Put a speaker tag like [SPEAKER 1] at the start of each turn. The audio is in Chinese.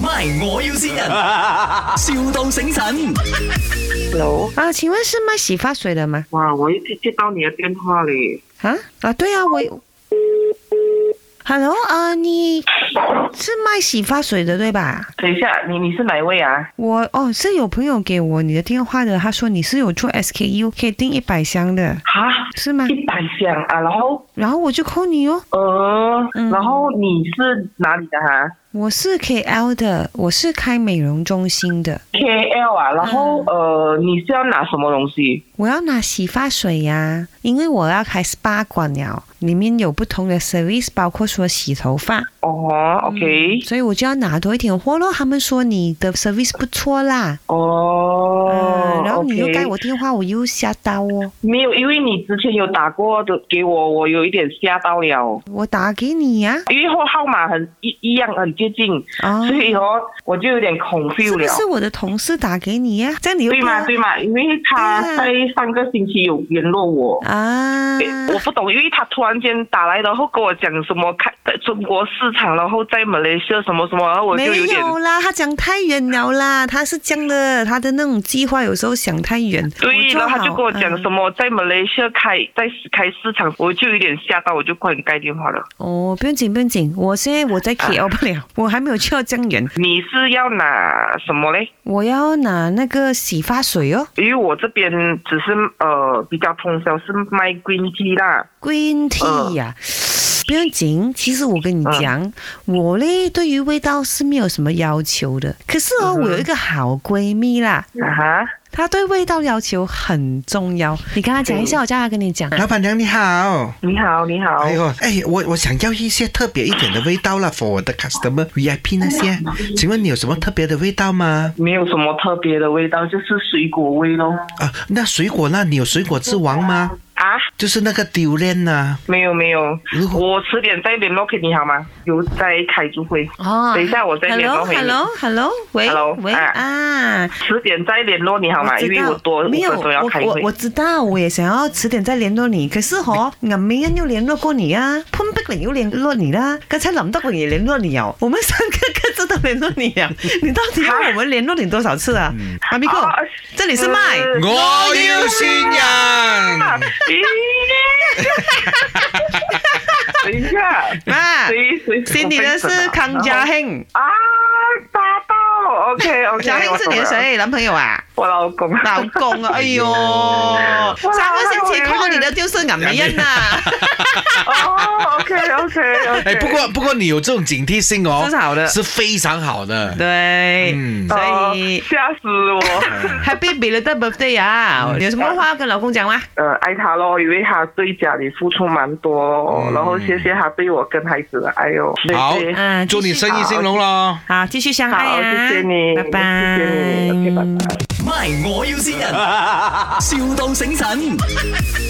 [SPEAKER 1] My，我要先人，, 笑到醒神。
[SPEAKER 2] Hello，
[SPEAKER 3] 啊，请问是卖洗发水的吗？
[SPEAKER 2] 哇，我一直接到你的电话嘞。
[SPEAKER 3] 啊啊，对啊，我。Hello 啊、你是卖洗发水的对吧？
[SPEAKER 2] 等一下，你你是哪一位啊？
[SPEAKER 3] 我哦是有朋友给我你的电话的，他说你是有做 SKU 可以订一百箱的，
[SPEAKER 2] 哈，
[SPEAKER 3] 是吗？
[SPEAKER 2] 一百箱啊，然后
[SPEAKER 3] 然后我就扣你哦。
[SPEAKER 2] 呃，
[SPEAKER 3] 嗯
[SPEAKER 2] 然后你是哪里的哈、
[SPEAKER 3] 我是 KL 的，我是开美容中心的，
[SPEAKER 2] k l 啊，然后、
[SPEAKER 3] 嗯
[SPEAKER 2] 呃，你是要拿什么东西？
[SPEAKER 3] 我要拿洗发水呀、因为我要开 SPA 馆了，里面有不同的 service，包括说洗头发，
[SPEAKER 2] 哦，OK，
[SPEAKER 3] 嗯所以我就要拿多一点货咯。他们说你的 service 不错啦，
[SPEAKER 2] 哦
[SPEAKER 3] 嗯，然后你又
[SPEAKER 2] OK
[SPEAKER 3] 盖我电话，我又吓到哦。
[SPEAKER 2] 没有，因为你之前有打过的给我，我有一点吓到了，
[SPEAKER 3] 我打给你呀、
[SPEAKER 2] 因为号号码很一一样，很接近，
[SPEAKER 3] 啊，哦
[SPEAKER 2] 所，以哦，我就有点 confuse
[SPEAKER 3] 是不
[SPEAKER 2] 了。
[SPEAKER 3] 是我的同事打给你呀、这样你又
[SPEAKER 2] 对
[SPEAKER 3] 不
[SPEAKER 2] 嘛
[SPEAKER 3] 要
[SPEAKER 2] 对嘛，因为他
[SPEAKER 3] 啊
[SPEAKER 2] 在上个星期有联络我。
[SPEAKER 3] 啊？
[SPEAKER 2] 诶我不懂，因为他突然间打来，然后跟我讲什么开在中国市场，然后在马来西亚什么什么，然后我就
[SPEAKER 3] 没
[SPEAKER 2] 有点
[SPEAKER 3] 有啦，他讲太远了啦，他是这样的，他的那种计划有时候想太远。
[SPEAKER 2] 对，然后他就跟我讲
[SPEAKER 3] 么、
[SPEAKER 2] 什么在马来西亚开在开市场，我就有点吓到，我就快点盖电话了。
[SPEAKER 3] 哦，不用紧不用紧，我现在我
[SPEAKER 2] 啊
[SPEAKER 3] 在 KL 不了，我还没有去到江源，
[SPEAKER 2] 你是要拿什么嘞？
[SPEAKER 3] 我要拿那个洗发水哦
[SPEAKER 2] 因为我这边只是呃比较通宵是卖 green tea 啦，
[SPEAKER 3] ，green tea 呀、
[SPEAKER 2] 嗯
[SPEAKER 3] 不用紧，其实我跟你讲，我嘞对于味道是没有什么要求的。可是
[SPEAKER 2] 嗯
[SPEAKER 3] 哦，我有一个好闺蜜啦，
[SPEAKER 2] 啊哈，
[SPEAKER 3] 她对味道要求很重要。你跟她讲一
[SPEAKER 2] 嗯
[SPEAKER 3] 下，我叫她跟你讲。
[SPEAKER 4] 老板娘你好。
[SPEAKER 2] 你好你好，
[SPEAKER 4] 哎呦，哎，我我想要一些特别一点的味道了，for 我的 customer VIP 那些，
[SPEAKER 3] 嗯
[SPEAKER 4] 请问你有什么特别的味道吗？
[SPEAKER 2] 没有什么特别的味道，就是水果味咯。
[SPEAKER 4] 啊，那水果那你有水果之王吗？
[SPEAKER 2] 啊，
[SPEAKER 4] 就是那个榴莲呐、
[SPEAKER 2] 没有没有
[SPEAKER 4] 如，果
[SPEAKER 2] 我迟点再联络给你好吗？有在开猪会，
[SPEAKER 3] 哦
[SPEAKER 2] 等一下我再联络
[SPEAKER 3] Hello
[SPEAKER 2] 回你
[SPEAKER 3] Hello Hello，喂
[SPEAKER 2] Hello，
[SPEAKER 3] 喂
[SPEAKER 2] 啊
[SPEAKER 3] 啊！
[SPEAKER 2] 迟点再联络你好吗？因
[SPEAKER 3] 知
[SPEAKER 2] 为
[SPEAKER 3] 道
[SPEAKER 2] 我多五
[SPEAKER 3] 没有
[SPEAKER 2] 分钟要
[SPEAKER 3] 我
[SPEAKER 2] 开
[SPEAKER 3] 我
[SPEAKER 2] 会
[SPEAKER 3] 我。知道，我也想要迟点再联络你。可是吼，俺明人又联络过你啊，潘碧玲又联络你啦，刚才林德荣也联络你哦，我们三个各自都联络你啊。 你到底要我们联络你多少次啊？阿咪哥
[SPEAKER 2] 啊，
[SPEAKER 3] 这里是麦。
[SPEAKER 2] 呃
[SPEAKER 4] 我要新人。
[SPEAKER 2] 咦等一下，
[SPEAKER 3] 啊，
[SPEAKER 2] 谁谁
[SPEAKER 3] 心里的是康
[SPEAKER 2] 然
[SPEAKER 3] 家
[SPEAKER 2] 后
[SPEAKER 3] 庆，
[SPEAKER 2] 啊，打到 OK OK，
[SPEAKER 3] 家庆是你的谁男朋友啊？
[SPEAKER 2] 我老公。
[SPEAKER 3] 老公 啊，哎呦，三个星期 call 你的就是俺们人呐。
[SPEAKER 2] 哦，OK OK OK。
[SPEAKER 4] 哎，不过不过你有这种警惕性哦，
[SPEAKER 3] 这是好的
[SPEAKER 4] 是非常好的。
[SPEAKER 3] 对，
[SPEAKER 4] 嗯
[SPEAKER 3] 所以
[SPEAKER 2] 哦吓死我！
[SPEAKER 3] Happy belated birthday 啊！有什么话要跟老公讲吗？
[SPEAKER 2] 呃，爱他咯，因为他对家里付出蛮多哦，
[SPEAKER 4] 嗯
[SPEAKER 2] 然后谢谢他对我跟孩子的爱哦。谢
[SPEAKER 4] 好
[SPEAKER 2] 谢
[SPEAKER 3] 啊，
[SPEAKER 4] 祝你
[SPEAKER 3] 继续
[SPEAKER 4] 生意兴隆喽！
[SPEAKER 3] 好，继续相
[SPEAKER 2] 好，
[SPEAKER 3] 爱啊！
[SPEAKER 2] 谢谢你，
[SPEAKER 3] 拜拜，
[SPEAKER 2] 谢谢你，OK，拜拜。
[SPEAKER 1] My，我要先人，,笑到醒神。